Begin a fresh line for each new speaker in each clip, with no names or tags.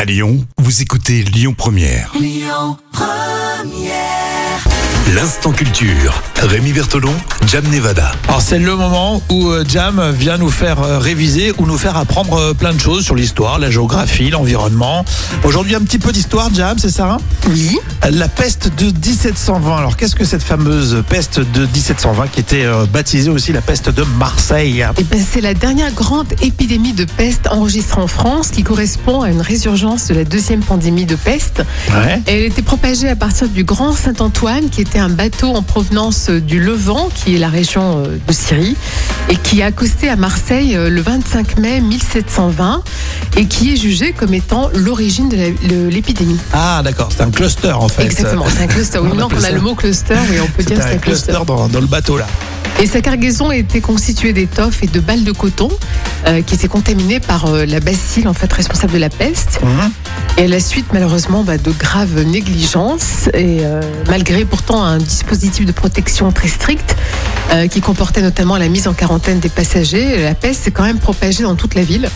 À Lyon, vous écoutez Lyon Première. Lyon Première. L'instant culture. Rémi Bertolon, Jam Nevada.
Alors c'est le moment où euh, Jam vient nous faire euh, réviser ou nous faire apprendre euh, plein de choses sur l'histoire, la géographie, l'environnement. Aujourd'hui un petit peu d'histoire Jam, c'est ça hein
Oui.
Euh, La peste de 1720. Alors qu'est-ce que cette fameuse peste de 1720 qui était euh, baptisée aussi la peste de Marseille
Eh ben, c'est la dernière grande épidémie de peste enregistrée en France qui correspond à une résurgence de la deuxième pandémie de peste.
Ouais.
Elle était propagée à partir du Grand Saint-Antoine, qui était un bateau en provenance euh, du Levant, qui est la région euh, de Syrie, et qui a accosté à Marseille euh, le 25 mai 1720, et qui est jugé comme étant l'origine de la- le- l'épidémie.
Ah d'accord, c'est un cluster en fait.
Exactement, c'est un cluster. Oui,
on
maintenant qu'on
appelle
a
ça-
le mot cluster, et on peut
C'était
dire que c'est
un cluster dans, dans le bateau là.
Et sa cargaison était constituée d'étoffes et de balles de coton euh, qui étaient contaminées par euh, la bacille en fait responsable de la peste.
Mhm.
Et à la suite, malheureusement, bah, de graves négligences. Et euh, malgré pourtant un dispositif de protection très strict euh, qui comportait notamment la mise en quarantaine des passagers, la peste s'est quand même propagée dans toute la ville.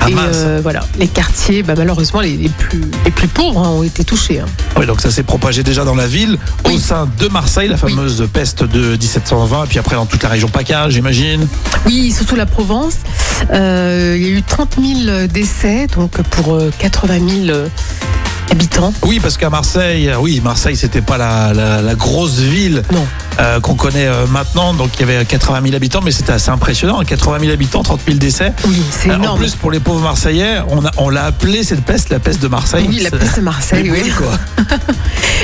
Ah,
et
mince.
euh, voilà, les quartiers, bah, malheureusement, les, les plus, les plus pauvres hein, ont été touchés. hein.
Oui, donc ça s'est propagé déjà dans la ville, au
Oui.
sein de Marseille, la
Oui.
fameuse peste de 1720, puis après dans toute la région PACA, j'imagine.
Oui, surtout la Provence. Euh, il y a eu 30 000 décès, donc pour euh, 80 000 euh, habitants.
Oui, parce qu'à Marseille, euh, oui, Marseille, c'était pas la, la- la grosse ville
Non.
euh, qu'on connaît euh, maintenant, donc il y avait 80 000 habitants, mais c'était assez impressionnant, hein, 80 000 habitants, 30 000 décès.
Oui, c'est
Euh, en
énorme.
plus, pour les pauvres Marseillais, on a- on l'a appelée cette peste, la peste de Marseille.
oui, la
C'est-
peste de Marseille, oui.
Oui, quoi.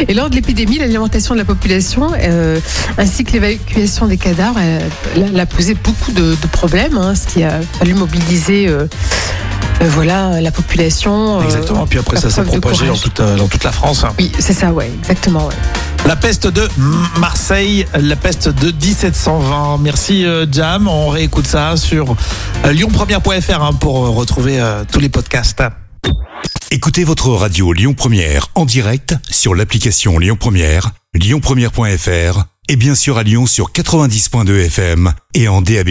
Et lors de l'épidémie, l'alimentation de la population, euh, ainsi que l'évacuation des cadavres, euh, elle, elle a posé beaucoup de, de problèmes, hein, ce qui a fallu mobiliser euh, euh, voilà, la population. euh,
Exactement, puis après
la
ça s'est
preuve de
propagé dans
courage.
toute, euh, dans toute la France. hein.
Oui, c'est ça, ouais, exactement. ouais.
La peste de Marseille, la peste de 1720. Merci euh, Jam, on réécoute ça sur euh, lyonpremière.fr hein, pour euh, retrouver euh, tous les podcasts.
Écoutez votre radio Lyon Première en direct sur l'application Lyon Première, lyonpremière.fr et bien sûr à Lyon sur 90.2 FM et en DAB+.